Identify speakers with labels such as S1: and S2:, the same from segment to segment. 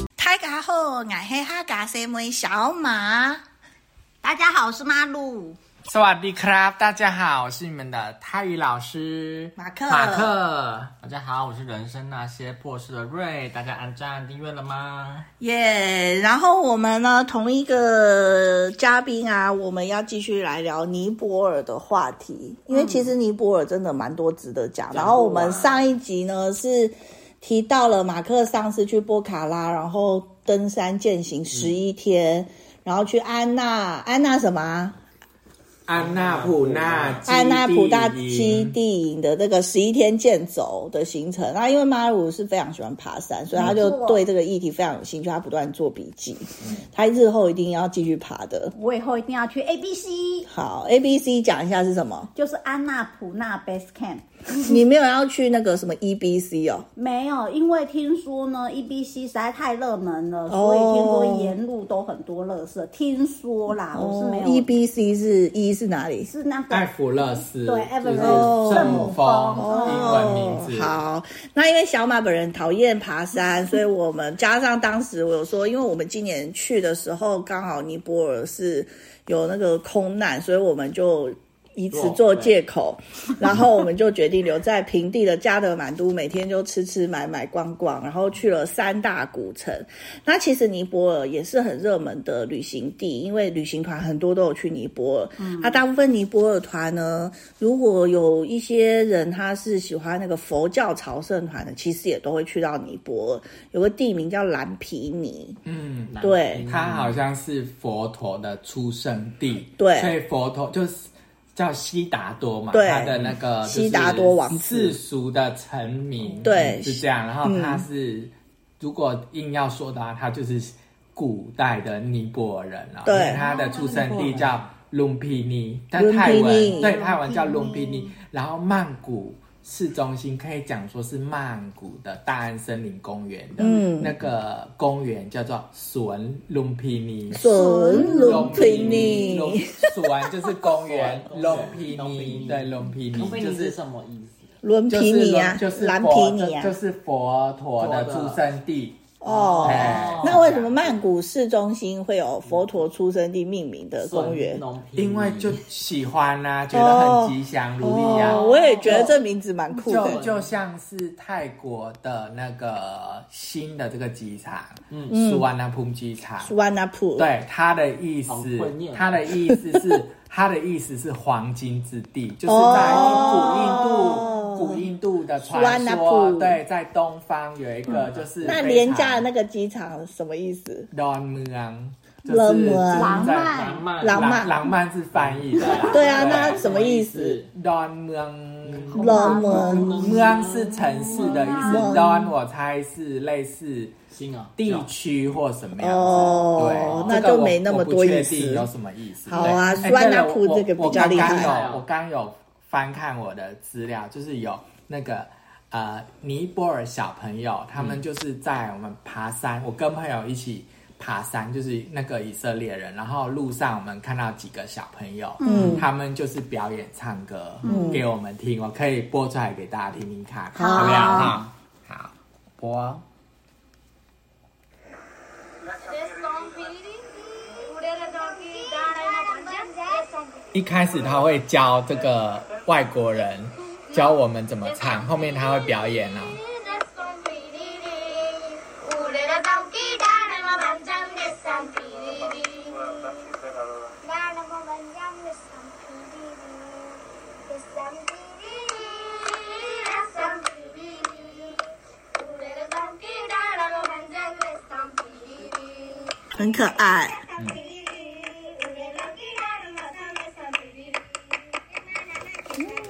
S1: 喽，俺黑哈嘎西妹小马。
S2: 大家好，我是马路。
S3: สวัสดีครับ，大家好，我是你们的泰语老师
S1: 马克
S3: 马克，大家好，我是人生那些破事的瑞，大家按赞订阅了吗？
S1: 耶、然后我们呢，同一个嘉宾啊，我们要继续来聊尼泊尔的话题，因为其实尼泊尔真的蛮多值得
S2: 啊
S1: 讲。然后我们上一集呢是提到了马克上次去波卡拉，然后登山践行十一天，然后去安娜安娜什么啊？
S3: 安娜普纳基地营，
S1: 安纳普大基地营的那个十一天健走的行程。那因为马鲁是非常喜欢爬山，所以他就
S2: 没错
S1: 对这个议题非常有兴趣，他不断做笔记，他日后一定要继续爬的。
S2: 我以后一定要去 A B C，
S1: 好，A、B、C 讲一下是什么？
S2: 就是安娜普纳 Base Camp。
S1: 你没有要去那个什么 E、B、C 哦？
S2: 没有，因为听说呢，E B C 实在太热门了，
S1: 哦
S2: 所以听说沿路都很多垃圾。听说啦，啊
S4: 哦
S2: 我是没有。
S1: e、B、C 是 E 是哪里？
S2: 是那
S3: 艾
S2: 个
S3: 弗勒斯，
S2: 对
S3: 就是
S2: 艾弗勒
S1: 斯
S3: 圣母峰，
S2: 哦
S3: 英文名字。
S1: 好，那因为小马本人讨厌爬山，所以我们加上当时我有说，因为我们今年去的时候刚好尼泊尔是有那个空难，所以我们就。以此做借口，然后我们就决定留在平地的加德满都，每天就吃吃买买逛逛，然后去了三大古城。那其实尼泊尔也是很热门的旅行地，因为旅行团很多都有去尼泊尔。那、大部分尼泊尔团呢，如果有一些人他是喜欢那个佛教朝圣团的，其实也都会去到尼泊尔。有个地名叫蓝皮尼，
S3: 嗯，
S1: 对
S3: 它好像是佛陀的出生地，
S1: 对
S3: 所以佛陀就是叫悉达多嘛，
S1: 对
S3: 他的那个就是
S1: 悉达多王子
S3: 世俗的臣民，
S1: 对
S3: 是这样。然后他是、如果硬要说的话，他就是古代的尼泊尔人了，
S1: 对
S3: 因为他的出生地叫lumphini，但
S1: Lumpini
S3: 泰文对泰文叫 lumphini，然后曼谷。市中心可以讲说是曼谷的大安森林公园的、
S1: 嗯
S3: 那个公园叫做笋lumphini。
S1: 准
S3: 龙
S1: 龙皮尼。
S3: 龙数完就是公园
S5: 公园
S3: 龙皮
S5: 龙皮
S3: 尼，
S5: 尼
S3: 对龙皮尼
S5: 龙飞
S3: 嗯就
S5: 尼是
S3: 是
S5: 什么意思？
S1: 伦
S3: 就
S1: 皮
S3: 是
S1: 尼啊，
S3: 就是
S1: 蓝
S3: 佛
S1: 皮尼啊
S3: 就，就是佛陀的出生地
S1: 哦。
S3: 哎
S1: 那为什么曼谷市中心会有佛陀出生地命名的公园？
S5: 农皮
S3: 因为就喜欢呐、觉得很吉祥如意啊。
S1: 哦，我也觉得这名字蛮酷
S3: 就
S1: 的。
S3: 就像是泰国的那个新的这个机场，嗯，苏万那普机场，
S1: 苏万那普，
S3: 对，它的意思
S5: 好困念，
S3: 它的意思是，它的意思是黄金之地，就是在
S1: 哦
S3: 古印度、古印度的传
S1: Suvarnabhumi
S3: 说，对，在东方有一个就是
S1: 那廉价的那个机场什么意思？
S3: Don เมือง，就
S1: เมือง
S3: 是就是
S2: 浪
S3: 在
S2: 漫
S5: 浪漫
S1: 浪漫
S3: 浪浪漫是翻译的啦，
S1: 对啊，那什么意思？
S3: Don เมือง
S1: 浪漫
S3: เมือง嗯是城市的意思
S1: 浪漫
S3: ，Don 我猜是类似。
S5: 新啊
S3: 地区或什么样子，
S1: 哦那
S3: 对，
S1: 就没那么多意思
S3: 这个我不确定有什么意思？
S1: 好啊
S3: 对哎
S1: 酸辣
S3: 对了
S1: 铺
S3: 我
S1: 这个比较厉害
S3: 我刚刚有我刚有翻看我的资料，就是有那个呃尼泊尔小朋友，他
S1: 嗯
S3: 们就是在我们爬山，我跟朋友一起。爬山就是那个以色列人，然后路上我们看到几个小朋友，嗯，他们就是表演唱歌、给我们听，我可以播出来给大家听听看，
S1: 嗯好
S3: 怎么样？哈，好，播哦。一开始他会教这个外国人教我们怎么唱，后面他会表演啊了、
S1: 很可爱。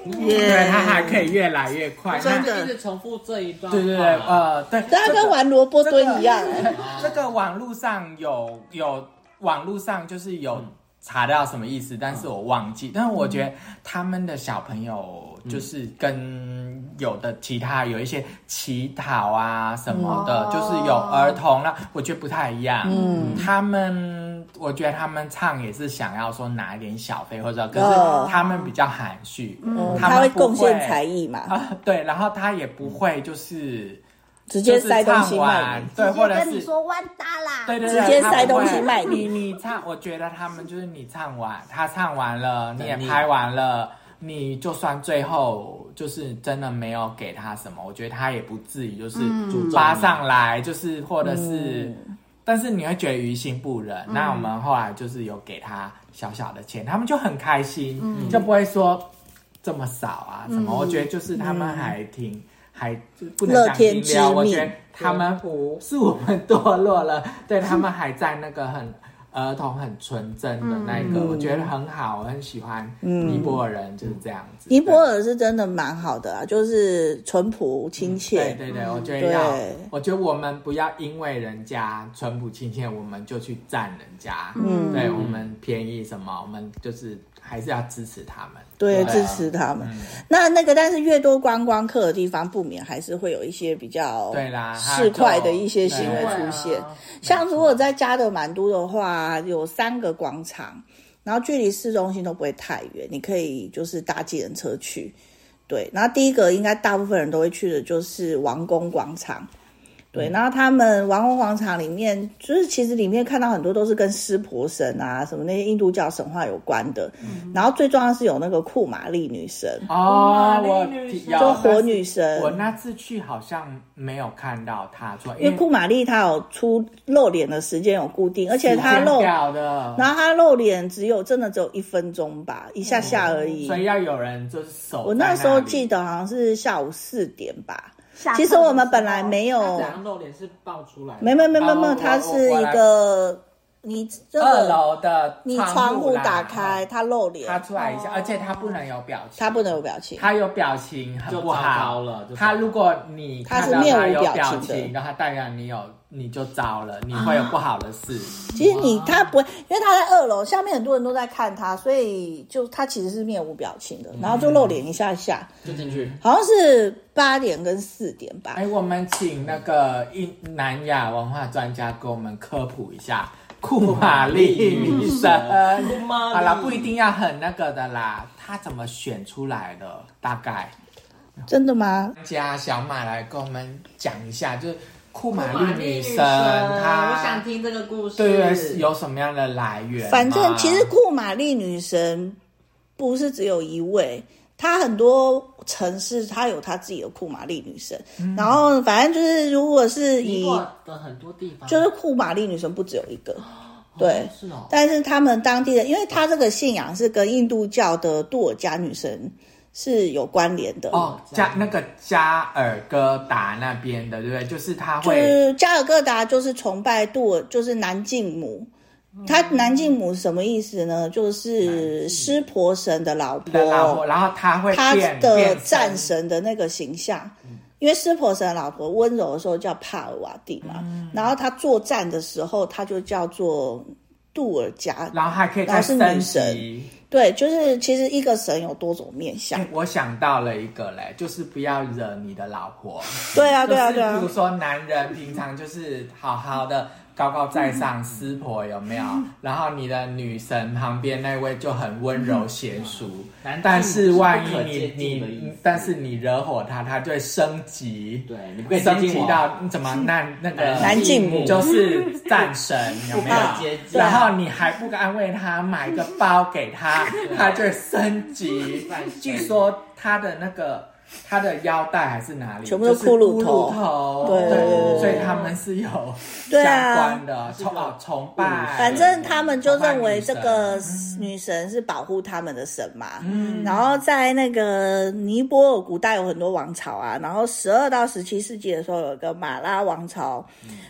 S3: 对
S1: 耶！
S3: 他还可以越来越快。
S1: 真的
S3: 那
S5: 一直重复这一段话。
S3: 对对对，呃，对，
S1: 这要跟玩萝卜蹲一样。
S3: 这个网络上有有网络上就是有查到什么意思，但是我忘
S1: 嗯
S3: 记。但是我觉得他们的小朋友就是跟有的其他有一些乞讨啊什么的，
S2: 嗯
S3: 就是有儿童啦，我觉得不太一样。
S1: 嗯
S3: 他们我觉得他们唱也是想要说拿一点小费或者，可
S1: 哦
S3: 是他们比较含蓄，
S1: 嗯
S3: 他
S1: 他会
S3: 们不
S1: 贡献才艺嘛？
S3: 啊，对，然后他也不会就是
S4: 直
S3: 就
S4: 接
S3: 是
S4: 塞东西
S3: 唱
S4: 卖
S3: 完
S4: 你。，
S3: 对，
S2: 直
S3: 或
S2: 接
S3: 者
S2: 跟
S3: 是
S2: 你说完达啦，
S3: 对对
S4: 直
S3: 对，
S4: 接
S3: 他
S4: 塞
S3: 不
S4: 东西
S3: 会
S4: 卖
S3: 你你唱，我觉得他们就是你唱完，他唱完了，你也
S5: 等你
S3: 拍完了，你就算最后就是真的没有给他什么，我觉得他也不至于就是
S4: 嗯
S5: 诅咒
S3: 发
S5: 你
S3: 上来，就是或者是。但是你会觉得于心不忍，那我
S4: 嗯
S3: 们后来就是有给他小小的钱，他们就很开心，
S4: 嗯
S3: 就不会说这么少啊什么。我觉得就是他们还挺、还就不能
S4: 嗯乐
S3: 讲
S4: 天
S3: 明
S4: 知
S3: 了，我觉
S4: 命
S3: 得他们不 是我们堕落了，对他们还在那个很 儿童很纯真的那一个，
S4: 嗯
S3: 我觉得很好，我很喜欢尼泊尔人就是这样子。
S4: 尼泊
S3: 对
S4: 尔是真的蛮好的啊，就是淳朴亲
S3: 对
S4: 切。
S3: 嗯对对，我觉得要
S4: 嗯对，
S3: 我觉得我们不要因为人家淳朴亲切，我们就去占人家。嗯，对我们便宜什么，我们就是还是要支持他们。
S4: 对，
S3: 啊
S4: 支持他们。那那个，但是越多观光客的地方，不免还是会有一些比较
S3: 对啦，他
S4: 市侩
S3: 就
S4: 的一些行为
S3: 对
S4: 出现。
S6: 啊
S4: 像如果在加德满都的话，有三个广场，然后距离市中心都不会太远，你可以就是搭计程车去。对，然后第一个应该大部分人都会去的就是王宫广场。对，然后他们王宫广场里面，就是其实里面看到很多都是跟湿婆神啊，什么那些印度教神话有关的。然后最重要是有那个库玛丽女神，
S3: 哦，
S6: 哇那
S3: 我
S6: 女
S3: 提
S6: 生
S3: 有
S4: 就
S3: 但
S4: 火
S3: 是
S4: 女神。
S3: 我那次去好像没有看到他做，
S4: 呃因为库玛丽她有出露脸的时间有固定，而且她露
S3: 漏掉的，
S4: 然后他露脸只有真的只有一分钟吧，一下下而
S3: 嗯
S4: 已
S3: 所。以要有人就是手。
S4: 我那时候记，得好像是下午四点吧。
S2: 下课
S4: 其
S2: 的时候。
S4: 实我们本来没
S6: 哦他
S4: 有
S6: 怎，样露脸是爆出来的？
S4: 没没没没没
S3: 哦，
S4: 它
S3: 我
S4: 是
S3: 我
S4: 一
S3: 来
S4: 个你这
S3: 二
S4: 个
S3: 楼的
S4: 你窗户
S3: 户啦哦
S4: 打开，，哦它露脸，
S3: 他出来一下，而且他不能有表情，
S4: 它不能有表情。
S3: 他有表情很
S6: 就
S3: 不
S6: 糟
S3: 好
S6: 糕。了。就糟糕
S3: 他如果你
S4: 他
S3: 看
S4: 是
S3: 到
S4: 面
S3: 他
S4: 无
S3: 有
S4: 表
S3: 表
S4: 情的
S3: 情，然后代表你有你就糟了，你会有不好的事。
S4: 其实你他不会，因为他在二楼，下面很多人都在看他，所以就他其实是面无表情的，然后就
S3: 嗯
S4: 露脸一下下，
S5: 就进去。
S4: 好像是八点跟四点吧。
S3: 哎，我们请那个印南亚文化专家给我们科普一下库玛丽女神。
S6: 姑妈
S3: 好啦，不一定要很那个的啦，她怎么选出来的？大概
S4: 真的吗？
S3: 加小马来跟我们讲一下，就是库
S6: 库
S3: 玛
S6: 玛丽
S3: 丽女
S6: 女
S3: 神，
S6: 神，我
S3: 她
S6: 想听这个故事。
S3: 对对有什么样的来源吗？啊
S4: 反正其实库玛丽女神不是只有一位，她很多城市她有她自己的库玛丽女神。
S3: 嗯
S4: 然后反正就是，如果是
S6: 尼
S4: 以
S6: 泊尔的很多地方
S4: 就是库玛丽女神不只有一个，对
S6: 哦。是哦，
S4: 但是他们当地的，因为她这个信仰是跟印度教的杜尔伽女神是有关联的，
S3: 哦，加那个加尔各答那边的，对不对？就是她
S4: 就
S3: 会。
S4: 是加尔各答就是崇拜杜尔，就是南敬母。
S3: 嗯
S4: 她南敬母是什么意思呢？就是湿婆神的老婆，
S3: 的老婆，然后她会
S4: 他
S3: 变
S4: 的
S3: 变
S4: 战
S3: 身
S4: 神的那个形象，因为湿婆神的老婆温柔的时候叫帕尔瓦蒂嘛，
S3: 嗯
S4: 然后他作战的时候，他就叫做杜尔加。
S3: 然后还可以再
S4: 然后是女
S3: 升
S4: 神
S3: 级。
S4: 对，就是其实一个神有多种面相
S3: 哎。我想到了一个嘞，就是不要惹你的老婆。
S4: 对啊，对啊，
S3: 就
S4: 对
S3: 是
S4: 啊
S3: 比如。说男人平常就是好好的。高高在上，湿婆有 没有？然后你的女神旁边那位就很温柔娴熟，
S5: 嗯男
S3: 但是万一
S5: 不可
S3: 你
S5: 接
S3: 你
S5: 近的意思
S3: 你，但是你惹火他，他就会升级，
S5: 对，你不可以
S3: 升
S5: 接
S3: 级
S5: 近我，
S3: 到嗯你怎么那那个
S4: 男敬母
S3: 就是战神，有
S5: 不
S3: 没
S5: 可
S3: 有？
S5: 以接近。
S3: 然后你还不安慰他，买个包给他，他就会升级。哎据说他的那个他的腰带还是哪里，
S4: 全部都
S3: 就是
S4: 骷
S3: 骷
S4: 髅头
S3: 头
S4: 对
S3: 所以他们是有
S4: 对
S3: 相
S4: 啊
S3: 关的崇哦崇拜，
S4: 反正他们就认为这
S3: 崇拜女神
S4: 个女神是保护他们的神嘛。然后在那个尼泊尔古代有很多王朝啊，然后十二到十七世纪的时候，有一个马拉王朝，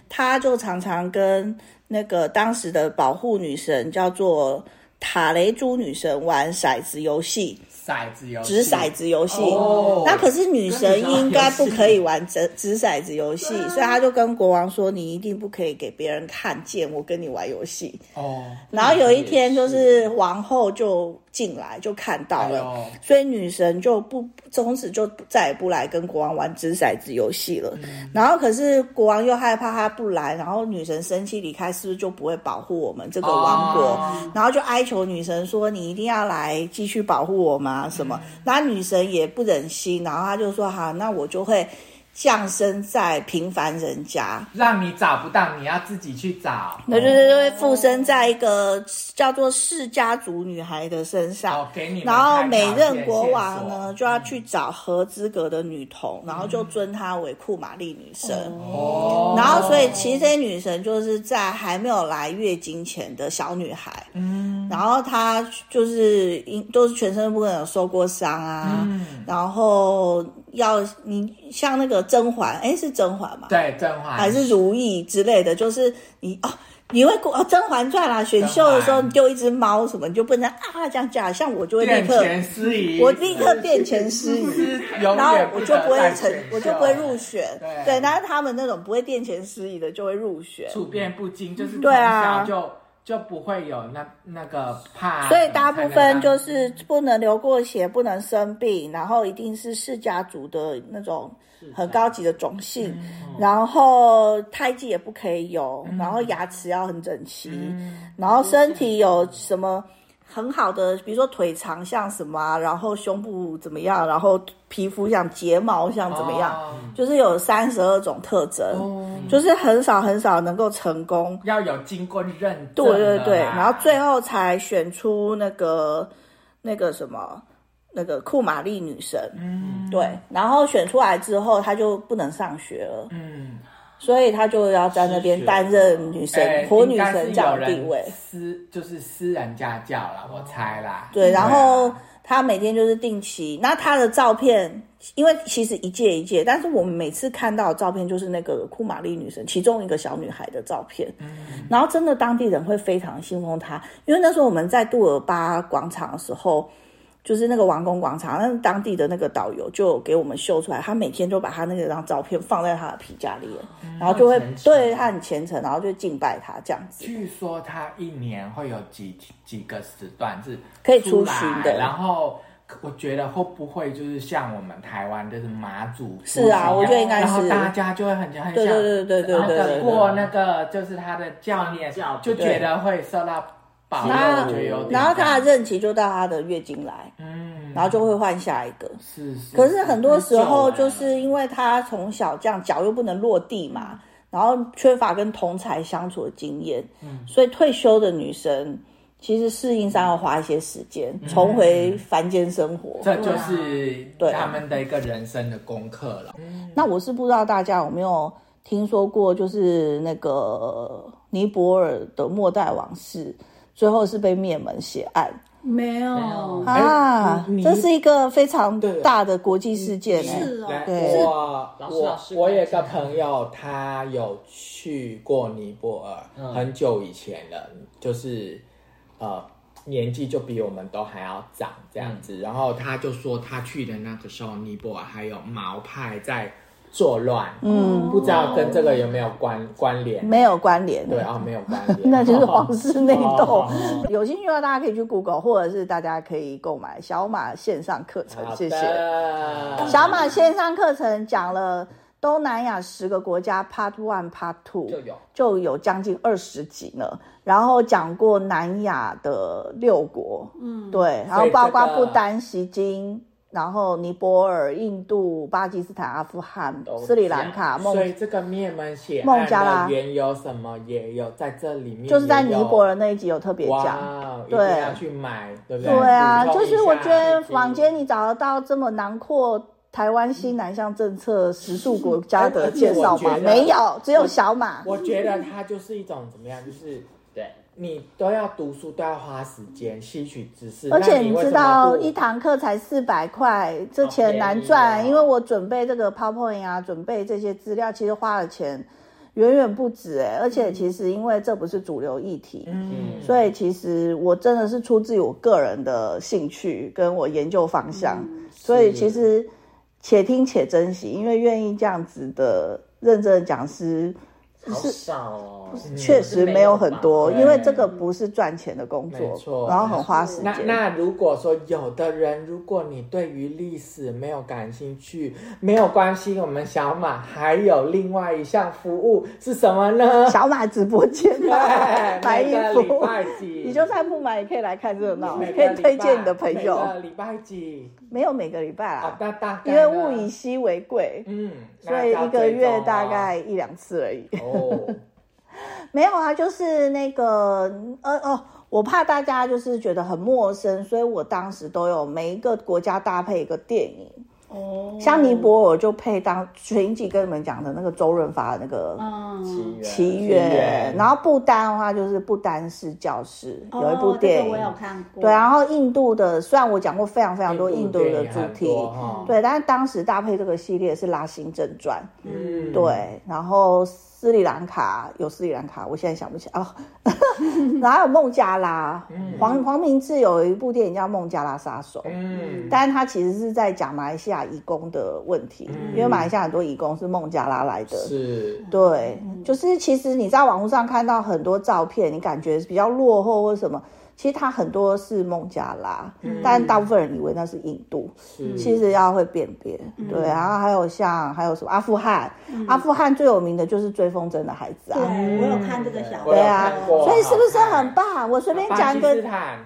S4: 他就常常跟那个当时的保护女神叫做塔雷珠女神玩骰子游戏，
S3: 骰子游
S4: 掷
S3: 戏
S4: 骰子游戏。
S3: 哦
S4: 那可是女神应该不可以玩掷掷骰子游戏，所以他就跟国王说：“你一定不可以给别人看见我跟你玩游戏。
S3: 哦，”
S4: 然后有一天，就是王后就进来就看到
S3: 嗯哎
S4: 了，
S3: 呦
S4: 所以女神就不从此就再也不来跟国王玩掷骰子游戏了。
S3: 嗯
S4: 然后可是国王又害怕她不来，然后女神生气离开，是不是就不会保护我们这个王国？
S3: 哦
S4: 然后就哀求女神说：“你一定要来继
S3: 嗯
S4: 续保护我吗？”什么？那、女神也不忍心，然后她就说：“好，那我就会。”降生在平凡人家，
S3: 让你找不到，你要自己去找。
S4: 那就是会附身在一个叫做世家族女孩的身上。
S3: 哦给你们
S4: 然后
S3: 看
S4: 每
S3: 条
S4: 任
S3: 件
S4: 国
S3: 线
S4: 王
S3: 索嗯
S4: 呢，就要去找合资格的女童，然后就尊她为库玛丽女神。
S3: 哦，
S4: 然后，所以其实这些女神就是在还没有来月经前的小女孩，嗯，然后她就是因都是全身不可能有受过伤啊，
S3: 嗯
S4: 然后要你像那个甄嬛，哎，是甄嬛吗？
S3: 对甄嬛
S4: 还是如意之类的，就是你哦，你会过哦《甄嬛传》啦，选秀的时
S3: 甄
S4: 候
S3: 嬛
S4: 你丢一只猫什么，你就不能啊这样讲，像我就会
S3: 变
S4: 立刻，
S3: 全司仪，
S4: 我立刻变前失
S3: 是
S4: 仪。
S3: 永
S4: 然后
S3: 远
S4: 我就
S3: 不
S4: 不会
S3: 能
S4: 成
S3: 再选，秀
S4: 我就不会入选。
S3: 对
S4: 对，但是他们那种不会变前失仪的就会入选，
S3: 处变不惊，就是
S4: 对啊
S3: 从小就就不会有那那个怕。
S4: 所以大部分就
S3: 才能
S4: 是不能流过血，不能生病，然后一定是世家族的那种很高级的种姓，然后胎记也不可以有，然后牙齿要很整齐，
S3: 嗯
S4: 然后身体有什么很好的，比如说腿长像什么、啊，然后胸部怎么样，然后皮肤像睫毛像
S3: 当
S4: 怎么样，
S3: 哦
S4: 就是有三十二种特征，就是很少很少能够成功。
S3: 要有经过认证，
S4: 对对对，然后最后才选出那个那个什么那个库玛丽女神，嗯，对，然后选出来之后，她就不能上学了，
S3: 嗯，
S4: 所以她就要在那边担任女神、活
S3: 火
S4: 女神这样的地位，
S3: 私就是私人家教啦，我猜啦。
S4: 对，然
S3: 啊
S4: 后她每天就是定期，那她的照片。因为其实一届一届，但是我们每次看到的照片就是那个库玛丽女神其中一个小女孩的照片，
S3: 嗯
S4: 然后真的当地人会非常信奉他，因为那时候我们在杜尔巴广场的时候，就是那个王宫广场，那当地的那个导游就给我们秀出来，他每天都把他那个张照片放在他的皮夹里，然后就会
S3: 嗯很虔诚嗯
S4: 对他很虔诚，然后就敬拜他这样子。
S3: 据说他一年会有几几个时段是
S4: 可以出
S3: 来
S4: 巡的
S3: 然后。我觉得会不会就是像我们台湾就是马祖出
S4: 是啊
S3: 巡一样
S4: 我觉得应该
S3: 然后
S4: 是
S3: 大家就会很很想
S4: 对对对对对对
S3: 然
S4: 对
S3: 后
S4: 对。
S3: 过那个就是他的教练
S6: 教，
S3: 就觉得会受到保护，
S4: 然
S3: 我
S4: 后
S3: 觉得有点。
S4: 然后他的任期就到他的月经来，
S3: 嗯，
S4: 然后就会换下一个。
S3: 是是。
S4: 可是很多时候
S6: 很久
S4: 就
S6: 欸
S4: 是因为他从小这样脚又不能落地嘛，然后缺乏跟同才相处的经验，所以退休的女生其实适应上要花一些时间，重回凡间生活。
S3: 这就是
S4: 啊对
S3: 他们的一个人生的功课了。
S4: 那我是不知道大家有没有听说过，就是那个尼泊尔的末代王室。最后是被灭门血案
S2: 没有
S6: 有
S5: 哎
S4: 啊！这是一个非常大的国际事件、欸，
S2: 是哦
S3: 来，
S4: 对
S3: 我
S6: 老师老
S3: 我
S6: 师
S3: 我有一
S6: 快讲
S3: 个朋友，他有去过尼泊尔，
S6: 嗯
S3: 很久以前了，就是呃年纪就比我们都还要长这样
S6: 嗯
S3: 子。然后他就说，他去的那个时候，尼泊尔还有毛派在作乱，
S4: 嗯，
S3: 不知道跟这个有没有关关联？
S4: 没有关联，
S3: 对啊，没有关联，
S4: 那就是皇室内斗
S3: 哦。哦
S4: 有兴趣的话，大家可以去 Google，或者是大家可以购买小马线上课程。
S3: 好
S4: 谢谢。
S6: 嗯
S3: 的，
S4: 小马线上课程讲了东南亚十个国家 Part One、Part Two，
S3: 就有
S4: 就有将近二十集呢。然后讲过南亚的六国，嗯，对，然后包括
S3: 所以这
S4: 不
S3: 个
S4: 丹、西京。然后尼泊尔、印度、巴基斯坦、阿富汗
S3: 都、
S4: 斯里兰卡、孟
S3: 所以这个灭门血
S4: 孟加拉
S3: 案的缘由什么也有在这里面，
S4: 就是在尼泊尔那一集有特别
S3: 也有。
S4: 讲，
S3: 哇，哦一定
S4: 对
S3: 要去买，对不对？
S4: 对啊，
S3: 补充
S4: 就
S3: 一下
S4: 是我觉得坊间
S3: 自己
S4: 你找得到这么囊括台湾西南向政策十数国家的介绍吗
S3: 而？且我觉得
S4: 没有，只有小马。
S3: 我觉得它就是一种怎么样，就是
S6: 对，
S3: 你都要读书，都要花时间吸取知识，
S4: 而且
S3: 那你为
S4: 知
S3: 什么
S4: 道
S3: 不
S4: 一堂课才四百块，这
S6: 好
S4: 钱
S6: 便
S4: 难
S6: 宜
S4: 赚，
S6: 哦
S3: 啊
S4: 因为我准备这个 PowerPoint 啊，准备这些资料，其实花的钱远远不止哎、而且其实因为这不是主流议题，
S3: 嗯
S4: 所以其实我真的是出自于我个人的兴趣跟我研究方向，
S3: 嗯
S4: 所以其实且听且珍惜，因为愿意这样子的认真的讲师，
S6: 好少哦，
S4: 确实没有很多，
S3: 没有吧
S4: 因为这个不是赚钱的工
S3: 嗯没
S4: 作，
S3: 错
S4: 然后很花时
S3: 那
S4: 间。
S3: 那如果说有的人，如果你对于历史没有感兴趣，没有关系，我们小马还有另外一项服务是什么呢？
S4: 小马直播间 啊
S3: 对，
S4: 买衣
S3: 每个礼
S4: 服，
S3: 拜几？
S4: 你就算不买也可以来看热闹，
S3: 每
S4: 也
S3: 个
S4: 可以推
S3: 礼拜
S4: 荐你的朋友
S3: 每。个礼拜几？
S4: 没有每个礼拜
S3: 好
S4: 啊，
S3: 的，大概
S4: 因为物以稀为贵，
S3: 嗯，
S4: 所以一个月
S2: 啊
S4: 大概一两次而已。
S6: 哦，
S2: 没有啊，就是那个呃哦，
S4: 我怕大家就是觉得很陌生，所以我当时都有每一个国家搭配一个电影。
S2: 哦，
S4: 像尼泊尔就配当前一集跟你们讲的那个周润发的那个
S2: 嗯，
S6: 奇缘，
S4: 奇
S6: 缘
S4: 缘，然后不丹的话就是不丹式教室，有一部
S2: 哦
S4: 电
S2: 这
S4: 影
S2: 个我有看过，
S4: 对，啊然后印度的，虽然我讲过非常非常多印度的主题，
S2: 哦
S6: 对，
S4: 对，但是当时搭配这个系列是《拉辛正传》，
S6: 嗯，
S4: 对，然后斯里兰卡有斯里兰卡，我现在想不起 来哦，然后还有孟加拉，黄黄明志有一部电影叫《孟加拉杀手》，
S6: 嗯，
S4: 但是他其实是在讲马来西亚移工的问题，
S6: 嗯
S4: 因为马来西亚很多移工是孟加拉来的，
S3: 是
S4: 对，
S6: 嗯
S4: 就是其实你在网络上看到很多照片，你感觉比较落后或什么，其实它很多是孟加拉，
S6: 嗯
S4: 但大部分人以为那是印度，
S3: 嗯
S4: 其实要会辨别。对，然后还有像还有什么阿富汗，
S3: 嗯
S4: 阿富汗最有名的就是追风筝的孩子
S2: 对
S4: 啊，
S2: 我有看这个小，
S6: 我有
S4: 对啊
S6: 看，过
S4: 所以是不是很棒？我随便
S3: 巴
S4: 讲一
S3: 基斯
S4: 个
S3: 坦，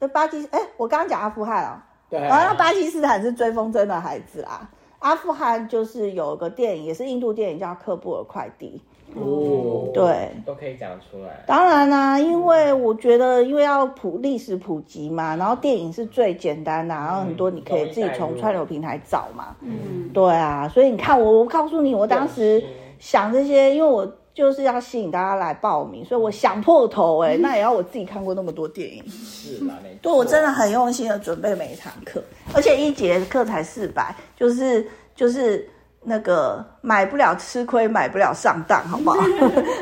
S4: 呃巴基斯，哎，我刚刚讲阿富汗哦，
S3: 对，
S4: 然后巴基斯坦是追风筝的孩子啦。阿富汗就是有个电影，也是印度电影叫《喀布尔快递
S6: 哦》，，
S4: 对，
S6: 都可以讲出来，
S4: 当然啦、因为我觉得，因为要普历史普及嘛，然后电影是最简单的，啊
S6: 嗯
S4: 然后很多你可以自己从串流平台找嘛。
S2: 嗯，
S4: 对啊，所以你看我，我告诉你，我当时想这些，因为我就是要吸引大家来报名，所以我想破头哎、那也要我自己看过那么多电影。
S6: 是啦，没错
S4: 对我真的很用心的准备每一堂课，而且一节课才四百，就是就是那个买不了吃亏，买不了上当，好 不好？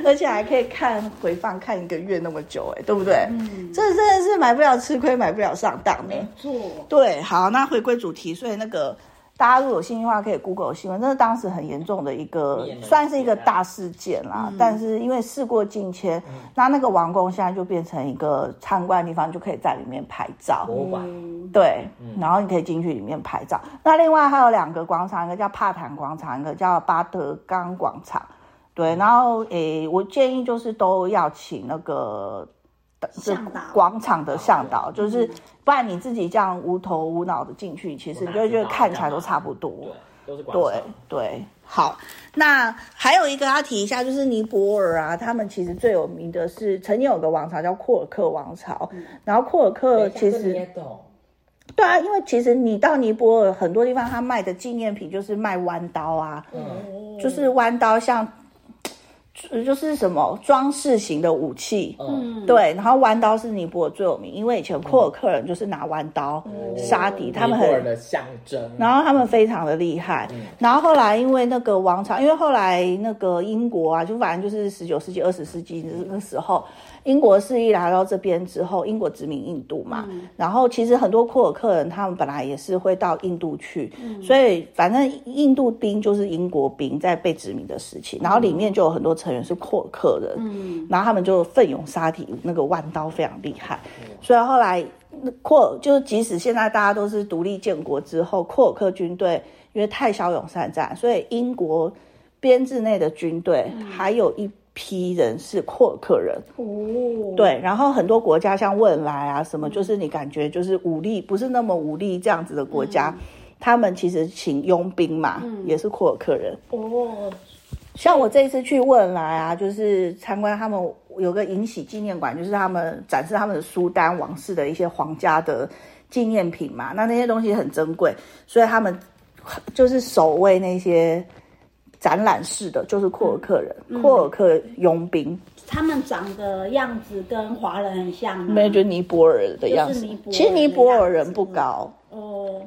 S4: 而且还可以看回放看一个月那么久、哎，对不对？嗯，这真的是买不了吃亏，买不了上当呢、
S2: 做
S4: 对，好，那回归主题，所以那个大家如果有兴趣的话，可以 Google 新闻，这是当时很严重的一啊个
S6: 灭门，
S4: 算是一个大事件啦。但是因为事过境迁，那那个王宫现在就变成一个参观的地方，就可以在里面拍照。
S3: 哦
S6: 博物馆，
S2: 嗯
S4: 对，然后你可以进去里面拍照。那另外还有两个广场，一个叫帕坦广场，一个叫巴德冈广场。对，然后诶，我建议就是都要请那个这
S2: 向导
S4: 广场的向导，就是不然你自己这样无头无脑的进去，其实你就会觉得看起来
S3: 啊
S4: 都差不多。
S6: 对，都是广
S4: 对
S6: 场，
S4: 对，好，那还有一个要提一下，就是尼泊尔啊，他们其实最有名的是曾经有个王朝叫库尔克王朝，然后库尔克其
S6: 这个
S4: 实
S6: 你也懂，
S4: 对啊，因为其实你到尼泊尔很多地方，他卖的纪念品就是卖弯刀啊，
S6: 嗯
S4: 就是弯刀像，呃就是什么装饰型的武器。
S6: 嗯，
S4: 对，然后弯刀是尼泊尔最有名，因为以前库尔克人就是拿弯刀杀敌，他
S3: 嗯
S4: 们
S3: 尼泊尔
S4: 很，
S3: 的象征，
S4: 然后他们非常的厉害。然后后来因为那个王朝，因为后来那个英国啊，就反正就是十九世纪、二十世纪那个时候，英国势力来到这边之后，英国殖民印度嘛，然后其实很多库尔克人他们本来也是会到印度去，所以反正印度兵就是英国兵在被殖民的时期，然后里面就有很多成员是库尔克人，然后他们就奋勇杀敌，那个弯刀非常厉害，所以后来那库尔就是即使现在大家都是独立建国之后，库尔克军队因为太骁勇善战，所以英国编制内的军队还有一批人是库尔克人。
S2: 哦，，
S4: 对，然后很多国家像汶莱啊什么，就是你感觉就是武力不是那么武力这样子的国家，他们其实请佣兵嘛，也是库尔克人。
S2: 哦，
S4: 像我这一次去汶莱啊，就是参观他们有个银禧纪念馆，就是他们展示他们的苏丹王室的一些皇家的纪念品嘛。那那些东西很珍贵，所以他们就是守卫那些展览室的，就是库尔克人、
S2: 嗯
S4: 库尔克佣兵。
S2: 他们长的样子跟华人很像吗，
S4: 没有，就是尼泊尔的
S2: 嗯
S4: 样
S2: 就是
S4: 子
S2: 尼泊。尔
S4: 其实尼泊尔人不高，
S2: 哦，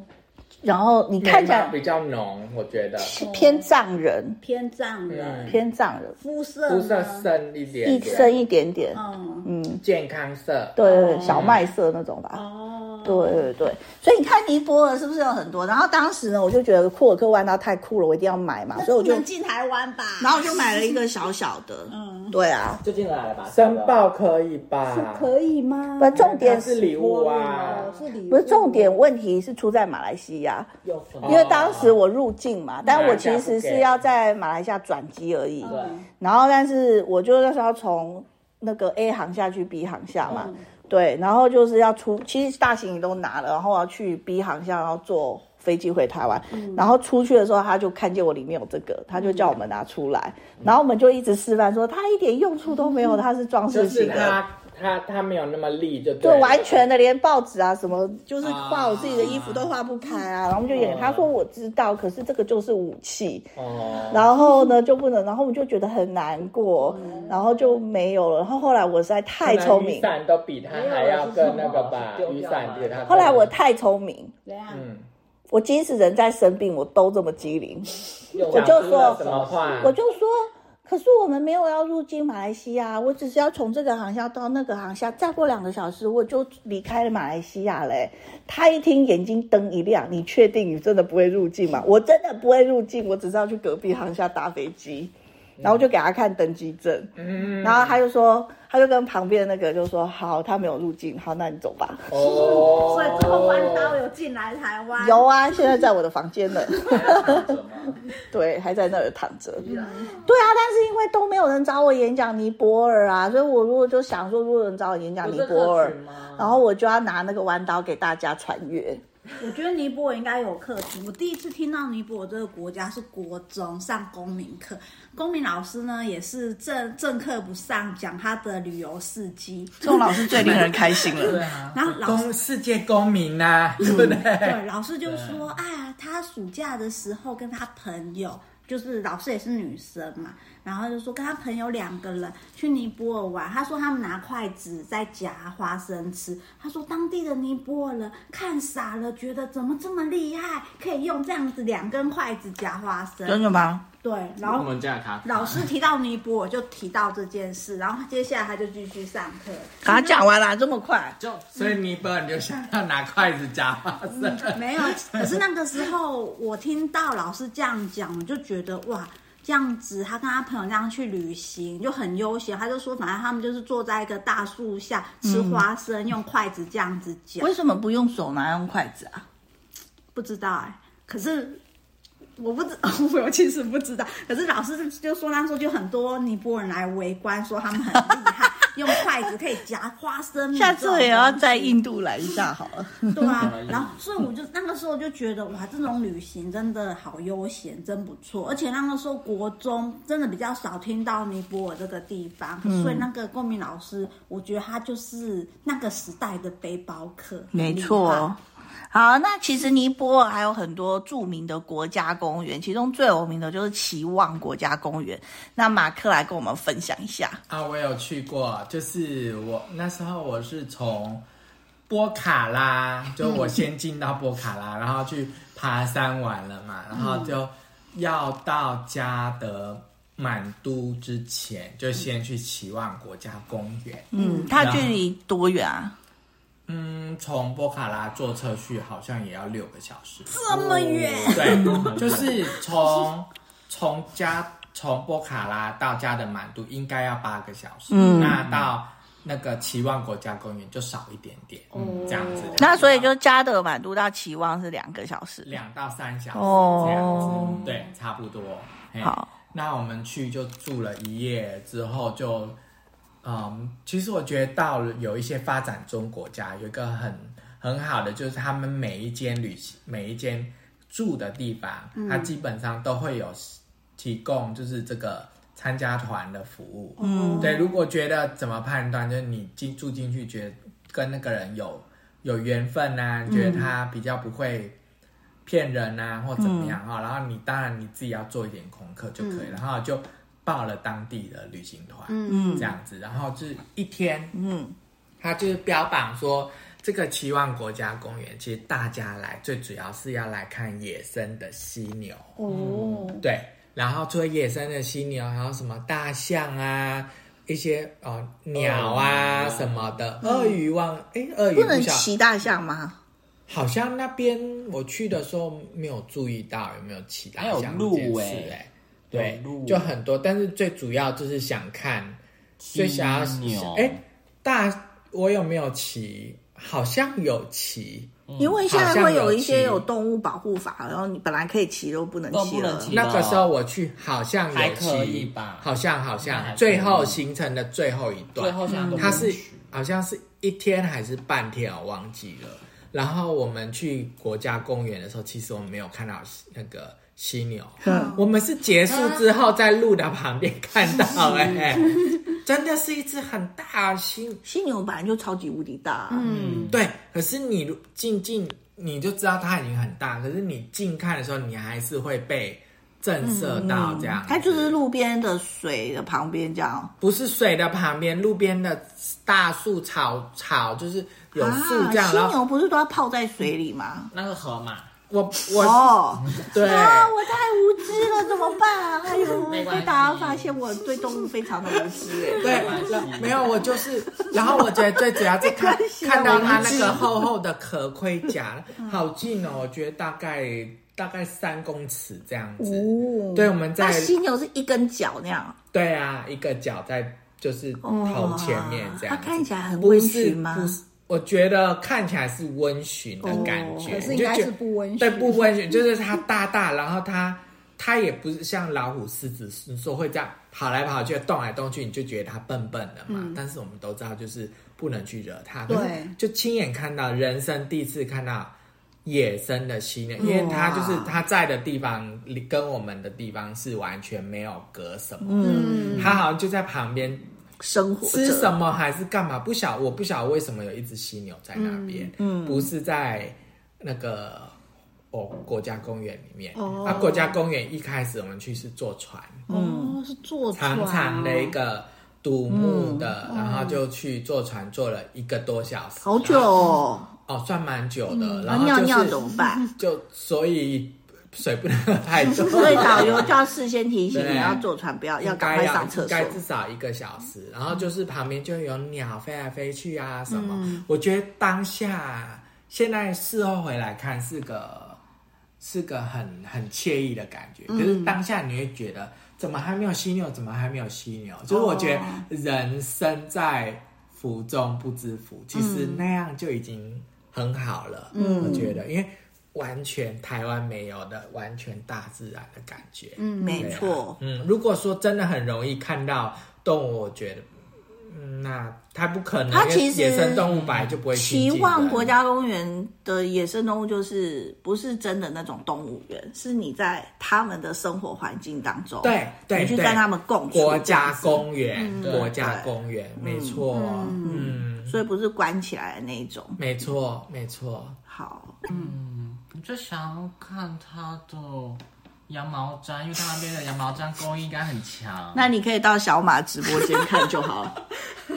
S4: 然后你看起
S3: 眉毛
S4: 来
S3: 比较浓，我觉得
S4: 是偏藏人，
S2: 偏藏人，
S4: 偏藏人，
S2: 肤色
S3: 肤
S2: 呢
S3: 色深嗯一点
S4: 一
S3: 点，
S4: 深一点点，
S2: 嗯，
S4: 嗯，
S3: 健康色，
S4: 对对，对小麦色那种吧。
S2: 哦，
S4: 对对对，所以你看尼泊尔是不是有很多？然后当时呢，我就觉得库尔克弯刀太酷了，我一定要买嘛，啊所以我就
S2: 不能，进台湾吧，
S4: 然后我就买了一个小小的，嗯，对啊，
S6: 就进来了吧，
S3: 申报可以吧？
S2: 可以吗？
S4: 不是重点
S3: 它是礼物啊，
S2: 嗯是礼物，
S4: 不是重点问题是出在马来西亚，
S6: 有什
S5: 哦
S6: 么？
S4: 因为当时我入境嘛，但我其实是要在马来西亚转机而已。
S5: 嗯
S6: 对，
S4: 然后，但是我就那时候要从那个 A 航下去 B 航下嘛，对，然后就是要出，其实大行李都拿了，然后我要去 B 航下，然后坐飞机回台湾，然后出去的时候他就看见我里面有这个，他就叫我们拿出来，然后我们就一直示范说它一点用处都没有，它是装
S6: 就
S4: 饰
S6: 是
S4: 性的。
S6: 他他他没有那么利，就
S4: 就
S6: 对了
S4: 完全的，连报纸啊什么，就是
S3: 啊
S4: 画我自己的衣服都画不开啊。然后我们就演，他说我知道，可是这个就是武器。
S6: 哦，
S4: 然后呢就不能，然后我们就觉得很难过，然后就没有了。然后后来我实在太聪
S6: 雨
S4: 明，
S6: 伞都比他还要更那个吧，
S5: 没有
S6: 雨
S5: 人是什么
S6: 伞比他。
S4: 后来我太聪明，
S2: 怎样？
S6: 嗯，
S4: 我即使人在生病，我都这么机灵。
S6: 我
S4: 就说
S6: 什么话，
S4: 我就说，可是我们没有要入境马来西亚，我只是要从这个航校到那个航校，再过两个小时我就离开了马来西亚嘞。他一听眼睛灯一亮，你确定你真的不会入境吗？我真的不会入境，我只是要去隔壁航校搭飞机。然后就给他看登机证，
S6: 嗯
S4: 然后他就说，他就跟旁边那个就说，好，他没有入境，好，那你走吧。
S6: 哦，
S2: 所以这个弯刀有进来台湾，
S4: 有啊，现在在我的房间呢。
S5: 什么？
S4: 对，还在那儿躺着。对啊，但是因为都没有人找我演讲尼泊尔啊，所以我如果就想说，如果有人找我演讲尼泊尔，然后我就要拿那个弯刀给大家传阅。
S2: 我觉得尼泊尔应该有课题。我第一次听到尼泊尔这个国家是国中上公民课，公民老师呢也是正正课不上，讲他的旅游事迹。
S4: 这种老师最令人开心
S3: 对
S4: 了。
S3: 啊，
S2: 然后老嗯师
S3: 公世界公民呐、对不对？
S2: 对，老师就说啊，他暑假的时候跟他朋友，就是老师也是女生嘛，然后就说跟他朋友两个人去尼泊尔玩，他说他们拿筷子在夹花生吃，他说当地的尼泊尔人看傻了，觉得怎么这么厉害，可以用这样子两根筷子夹花生，
S4: 的吗？
S2: 对，然后。
S5: 们家卡
S2: 老师提到尼泊尔，就提到这件事，然后接下来他就继续上课。
S4: 啊，讲完了，这么快？
S3: 就所以尼泊尔你就想要拿筷子夹花生，
S2: 嗯没有，可是那个时候我听到老师这样讲，我就觉得哇，这样子他跟他朋友这样去旅行就很悠闲。他就说，反正他们就是坐在一个大树下吃花生，
S4: 嗯
S2: 用筷子这样子夹，
S4: 为什么不用手拿，用筷子啊？
S2: 不知道哎、可是。我不知， 我其实不知道。可是老师就说那时候就很多尼泊尔人来围观，说他们很厉 害，用筷子可以夹花生米这
S4: 下
S2: 种东西。
S4: 次我也要在印度来一下好了。
S2: 对啊，然后所以我就那个时候就觉得哇，这种旅行真的好悠闲，真不错。而且那个时候国中真的比较少听到尼泊尔这个地方，
S3: 嗯
S2: 所以那个公民老师，我觉得他就是那个时代的背包客，
S4: 没
S2: 很厉
S4: 错
S2: 害。。
S4: 好，那其实尼泊尔还有很多著名的国家公园，其中最有名的就是奇旺国家公园。那马克来跟我们分享一下。
S3: 啊，我有去过，就是我那时候我是从波卡拉，就我先进到波卡
S2: 嗯
S3: 拉，然后去爬山玩了嘛，然后就要到加德满都之前，就先去期望国家公园。
S4: 嗯，它
S3: 然后
S4: 距离多远啊？
S3: 嗯，从波卡拉坐车去好像也要六个小时。
S2: 这么远，
S3: 对，就是从从加从波卡拉到加的满都应该要八个小时，
S4: 嗯
S3: 那到那个期望国家公园就少一点点，
S2: 哦
S3: 嗯，这样子。
S4: 那所以就加德满都到期望是两个小时。
S3: 两到三小时
S4: 哦
S3: 这样子，对，差不多。嘿
S4: 好，
S3: 那我们去就住了一夜之后就，嗯，其实我觉得到了有一些发展中国家有一个很很好的，就是他们每一间旅行每一间住的地方，
S4: 嗯
S3: 它基本上都会有提供就是这个参加团的服务。
S2: 嗯
S3: 对，如果觉得怎么判断，就是你进住进去，觉得跟那个人有有缘分呐、
S2: 嗯
S3: 你觉得他比较不会骗人呐、或怎么样哈、然后你当然你自己要做一点功课就可以了，然后就报了当地的旅行团，
S2: 嗯
S3: 这样子，然后就是一天，
S4: 嗯，
S3: 他就是标榜说。这个期望国家公园，其实大家来最主要是要来看野生的犀牛。
S2: 哦，
S3: 对，然后除了野生的犀牛，还有什么大象啊，一些哦鸟啊
S5: 鳄鱼啊
S3: 什么的，鳄鱼忘哎，鳄鱼
S4: 不能
S3: 晓
S4: 骑大象吗？
S3: 好像那边我去的时候没有注意到有没有骑大
S5: 还有
S3: 象
S5: 鹿
S3: 哎、
S5: 欸
S3: 对
S5: 有鹿，
S3: 就很多，但是最主要就是想看，最想要
S5: 牛
S3: 哎、大我有没有骑？好像有骑，
S5: 嗯
S4: 因为现在会有一些
S3: 好像
S4: 有
S3: 有骑
S4: 动物保护法，然后你本来可以骑都不能
S5: 都
S4: 骑
S5: 不能
S4: 了。
S5: 骑
S3: 那个时候我去好像有
S5: 还可
S3: 骑
S5: 以吧
S3: 好像好
S5: 那还可
S3: 像
S5: 以
S3: 最后行程的最后一段，
S5: 最后现在都
S3: 它是
S5: 不去
S3: 好像是一天还是半天，我忘记了。然后我们去国家公园的时候，其实我们没有看到那个犀牛，
S4: 嗯
S3: 我们是结束之后在路的旁边看到、哎，真的是一只很大的犀牛
S4: 犀牛本来就超级无敌大、
S2: 嗯，
S3: 对，可是你如近近你就知道它已经很大，可是你近看的时候，你还是会被震慑到这样、
S4: 它就是，路边的水的旁边这样，
S3: 不是水的旁边，路边的大树草草就是有树
S4: 啊
S3: 这样，
S4: 犀
S3: 然后
S4: 牛不是都要泡在水里吗？
S5: 那个河马，
S3: 我我、
S4: 哦，
S3: 对。
S4: 啊，我太无知了，怎么 办啊？哎呦，
S5: 没
S4: 被
S5: 关系
S4: 大家发现我对动物非常的无知哎。
S3: 对，没有我就是，然后我觉得最主要是 看看到它那个厚厚的壳盔甲，好近哦，我觉得大概大概三公尺这样子。
S4: 哦
S3: 对，我们在
S4: 那犀牛是一根脚那样，
S3: 对啊，一个脚在就是头前面这样
S4: 哦它
S3: 子，
S4: 看起来很
S3: 不
S4: 温
S3: 是
S4: 驯吗？
S3: 不是，我觉得看起来是温驯的感
S4: 哦
S3: 觉，
S1: 可是
S3: 你
S1: 应
S3: 就
S1: 该
S3: 觉
S1: 是不温
S3: 对
S1: 驯，
S3: 不温驯，就是它大大，然后它它也不是像老虎、狮子，你说会这样跑来跑去、动来动去，你就觉得它笨笨的嘛。
S4: 嗯
S3: 但是我们都知道，就是不能去惹它。可是
S1: 对
S3: 就亲眼看到，人生第一次看到。野生的犀牛，因为它就是
S4: 嗯哇
S3: 它在的地方离跟我们的地方是完全没有隔什么，
S4: 嗯，
S3: 它好像就在旁边
S4: 生活
S3: 吃
S4: 着
S3: 什么还是干嘛？不晓我不晓得为什么有一只犀牛在那边，
S4: 嗯
S3: 不是在那个哦国家公园里面。
S1: 哦
S3: 那、国家公园一开始我们去是坐船，
S2: 嗯
S1: 哦，是
S4: 嗯
S1: 坐船
S3: 长
S1: 哦，
S3: 长的一个独木的，然后就去坐船，坐了一个多小时，
S4: 哦好久哦，
S3: 哦，算蛮久的。
S4: 那
S3: 然后就
S4: 尿
S3: 是
S4: 尿怎么办？
S3: 就所以水不能喝太多，
S4: 所以导游就要事先提醒
S3: 对
S4: 你要坐船，不要要
S3: 应
S4: 赶
S3: 该
S4: 快
S3: 要
S4: 上厕
S3: 应
S4: 所
S3: 该。至少一个小时，然后就是旁边就有鸟飞来飞去啊什么。
S4: 嗯
S3: 我觉得当下现在事后回来看是个是个很很惬意的感觉，可
S4: 嗯
S3: 是当下你会觉得怎么还没有犀牛，怎么还没有犀牛？就是我
S4: 哦
S3: 觉得人生在福中不知福，其实
S4: 嗯
S3: 那样就已经很好了。嗯，我觉得因为。完全台湾没有的，完全大自然的感觉。嗯，
S4: 没错，
S3: 嗯，如果说真的很容易看到动物，我觉得，嗯，那它不可能。
S4: 它
S3: 因为
S4: 其实
S3: 野生动物本来就不会
S4: 期
S3: 亲近
S4: 望
S3: 人
S4: 啊国家公园的野生动物就是不是真的那种动物园，是你在他们的生活环境当中，
S3: 对对
S4: 你去
S3: 对
S4: 跟他们共处，
S3: 国家，公
S4: 嗯
S3: 园，
S5: 对
S3: 国家公园，没错，嗯，
S4: 所以不是关起来的那一种。
S3: 没错，没错。
S4: 好，
S5: 我就想要看它的羊毛毡，因为它那边的羊毛毡工艺应该很强。
S4: 那你可以到小马直播间看就 好了。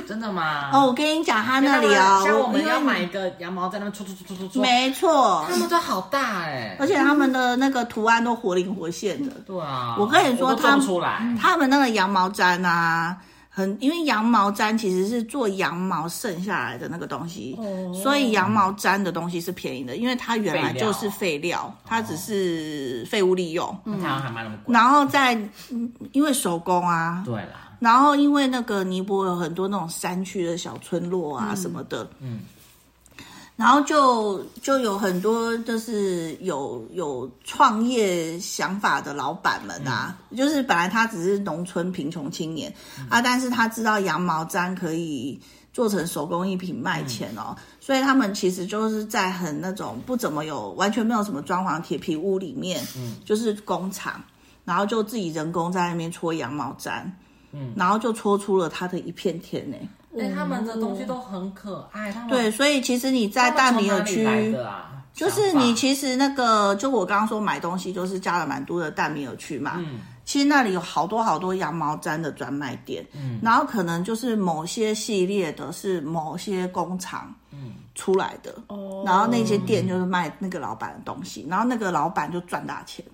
S5: 真的吗？
S4: 哦，我跟你讲，他那里
S5: 啊，
S4: 哦，
S5: 像我们
S4: 因为
S5: 要买一个羊毛毡，在那边搓搓搓搓搓搓，
S4: 没错
S5: 它，们都好大哎、
S4: 而且他们的那个图案都活灵活现的。
S5: 对啊，
S4: 我跟你说
S5: 我都做
S4: 它
S5: 不出来，
S4: 他嗯们那个羊毛毡啊，很因为羊毛毡其实是做羊毛剩下来的那个东西，所以羊毛毡的东西是便宜的，因为它原来就是废料，它只是废物利用。
S5: 台湾还卖那么贵。
S4: 然后再，嗯因为手工啊，
S5: 对啦，
S4: 然后因为那个尼泊尔有很多那种山区的小村落啊什么的，
S5: 嗯
S4: 然后就就有很多就是有有创业想法的老板们啊，
S5: 嗯
S4: 就是本来他只是农村贫穷青年、啊，但是他知道羊毛毡可以做成手工艺品卖钱
S5: 嗯
S4: 哦，所以他们其实就是在很那种不怎么有完全没有什么装潢铁皮屋里面，
S5: 嗯
S4: 就是工厂，然后就自己人工在那边搓羊毛毡，
S5: 嗯
S4: 然后就搓出了他的一片天呢、
S5: 哎、他们的东西都很可爱，他们
S4: 对，，所以其实你在
S5: 哦他
S4: 大
S5: 们
S4: 米
S5: 从
S4: 尔
S5: 哪里
S4: 区。
S5: 来的啊？
S4: 就是
S5: 想法
S4: 你其实那个，就我刚刚说买东西，就是加了蛮多的蛋米尔去嘛。
S5: 嗯
S4: 其实那里有好多好多羊毛毡的专卖店，
S5: 嗯
S4: 然后可能就是某些系列的是某些工厂
S5: 嗯，
S4: 出来的，
S1: 哦
S4: 然后那些店就是卖那个老板的东西，然后那个老板就赚大钱。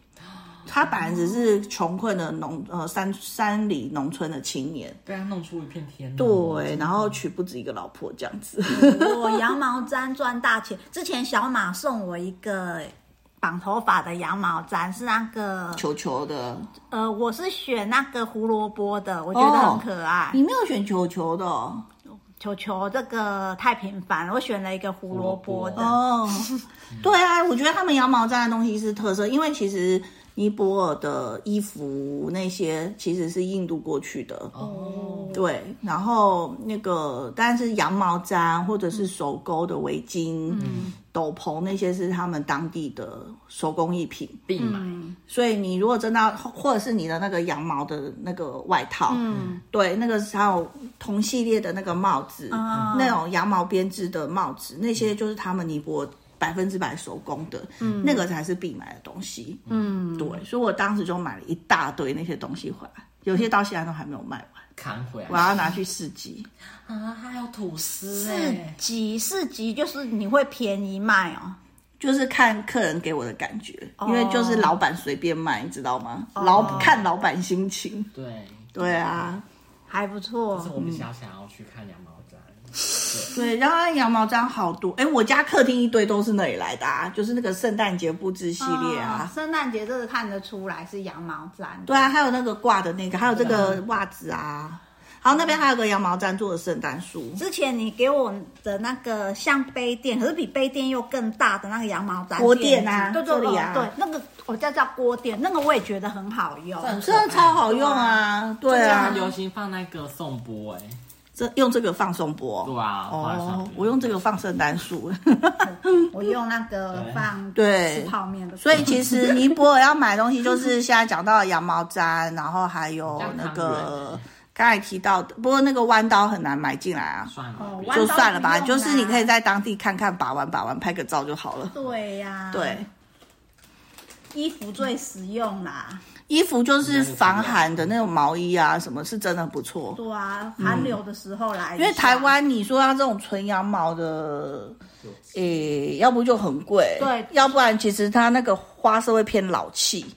S4: 他本来只是穷困的农呃山山里农村的青年，
S5: 被他弄出一片天。
S4: 对，然后娶不止一个老婆这样 子。
S2: 我羊毛毡赚大钱。之前小马送我一个绑头发的羊毛毡，是那个
S4: 球球的，
S2: 呃，我是选那个胡萝卜的，我觉得
S4: 哦
S2: 很可爱。
S4: 你没有选球球的哦。
S2: 球球这个太平凡了，我选了一个胡萝卜的。
S4: 哦，对啊，我觉得他们羊毛毡的东西是特色，因为其实尼泊尔的衣服那些其实是印度过去的，
S5: 哦，
S4: 对，然
S2: 嗯
S4: 后那个但是羊毛毡或者是手钩的围巾。斗篷那些是他们当地的手工艺品，
S5: 必买。
S4: 所以你如果真的要或者是你的那个羊毛的那个外套，
S2: 嗯，
S4: 对，那个还有同系列的那个帽子，
S2: 啊
S1: 嗯
S4: 那种羊毛编织的帽子，那些就是他们尼泊尔百分之百手工的，嗯，那个才是必买的东西，
S2: 嗯，
S4: 对，所以我当时就买了一大堆那些东西回来，有些到现在都还没有卖完，
S5: 扛回来
S4: 我要拿去市集，
S5: 啊！还有吐司
S2: 四
S5: 哎，
S2: 级四级就是你会便宜卖哦，
S4: 就是看客人给我的感觉，因为就是老板随便卖，你知道吗？老看老板心情，
S5: 对，
S4: 对啊，
S2: 还不错
S5: 可是。我比较想要去看羊毛毡。
S4: 嗯对，然后那羊毛毡好多，哎，我家客厅一堆都是那里来的啊，就是那个圣诞节布置系列啊，
S2: 嗯圣诞节这个看得出来是羊毛毡，
S4: 对啊，还有那个挂的那个，还有这个袜子啊，然后那边还有个羊毛毡做的圣诞树，
S2: 之前你给我的那个像杯垫，可是比杯垫又更大的那个羊毛毡
S4: 锅垫啊
S2: 对对
S4: 这
S2: 对
S4: 里啊
S2: 对，那个我叫叫锅垫，那个我也觉得很好用。
S4: 真的超好用啊！对
S5: 现在
S4: 啊
S5: 很，流行放那个颂钵哎，
S4: 这用这个放松波。
S5: 对啊，后来算
S4: 哦
S5: 了，
S4: 我用这个放圣诞树。
S2: 我用那个放
S4: 对
S2: 吃泡面的，
S4: 所以其实尼泊尔要买东西，就是现在讲到的羊毛毡，然后还有那个刚才提到的，不过那个弯刀很难买进来啊，
S5: 算了，
S2: 哦
S5: 不要
S2: 弯
S4: 就算了吧。
S2: 弯刀不
S4: 就
S2: 用啊
S4: 是你可以在当地看看把玩把玩，拍个照就好了。
S2: 对啊呀、
S4: 对，，
S2: 衣服最实用啦，
S4: 衣服就是防寒的那种毛衣啊，什么是真的不错。
S2: 对啊，寒流的时候来一下、
S4: 因为台湾你说要这种纯羊毛的，诶、要不就很贵，
S2: 对
S4: 要不然其实它那个花色会偏老气。
S2: 嗯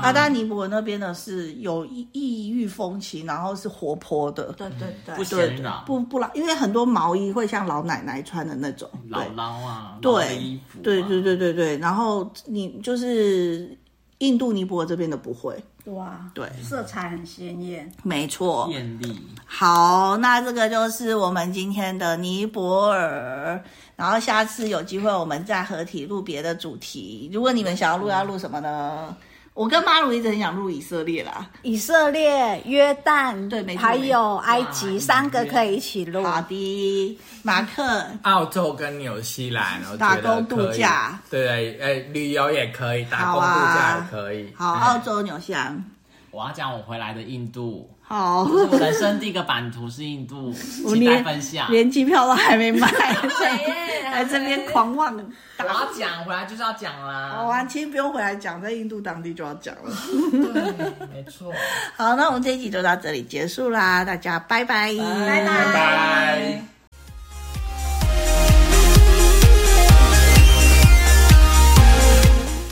S4: 阿达尼泊尔那边的是有异异域风情，然后是活泼的，
S2: 对对对，
S5: 不啊闲
S4: 对
S5: 扰，
S4: 不不老，因为很多毛衣会像老奶奶穿的那种，
S5: 姥姥啊，
S4: 对
S5: 姥姥的衣服啊，
S4: 对对对对对对，然后你就是印度尼泊尔这边的不会，
S2: 对啊，
S4: 对，
S2: 色彩很鲜艳，
S4: 没错，
S5: 艳丽，
S4: 好，那这个就是我们今天的尼泊尔。然后下次有机会我们再合体录别的主题。如果你们想要录，要录什么呢？我跟妈鲁一直很想录以色列啦。
S2: 以色列、约旦，
S4: 对没错
S2: 还有埃及
S5: 哇
S2: 三个可以一起录，
S4: 好的，马克，
S3: 澳洲跟纽西兰，我
S4: 打
S3: 觉得
S4: 工度
S3: 可以
S4: 假，
S3: 对，哎、旅游也可以，打
S4: 好
S3: 工度假
S4: 啊
S3: 也可以。
S4: 好，澳洲、纽西兰，
S5: 我要讲我回来的印度，
S4: 好，
S5: 这是我人生第一个版图是印度，
S4: 我
S5: 期待
S4: 连
S5: 分享。
S4: 连机票都还没买，来这边狂妄。
S5: 我要讲回来就是要讲
S4: 好
S5: 啦，
S4: 啊，其实不用回来讲，在印度当地就要讲了。
S5: 对，没错。
S4: 好，那我们这一集就到这里结束啦，大家拜拜，
S2: 拜
S4: 拜
S2: 拜
S3: 拜。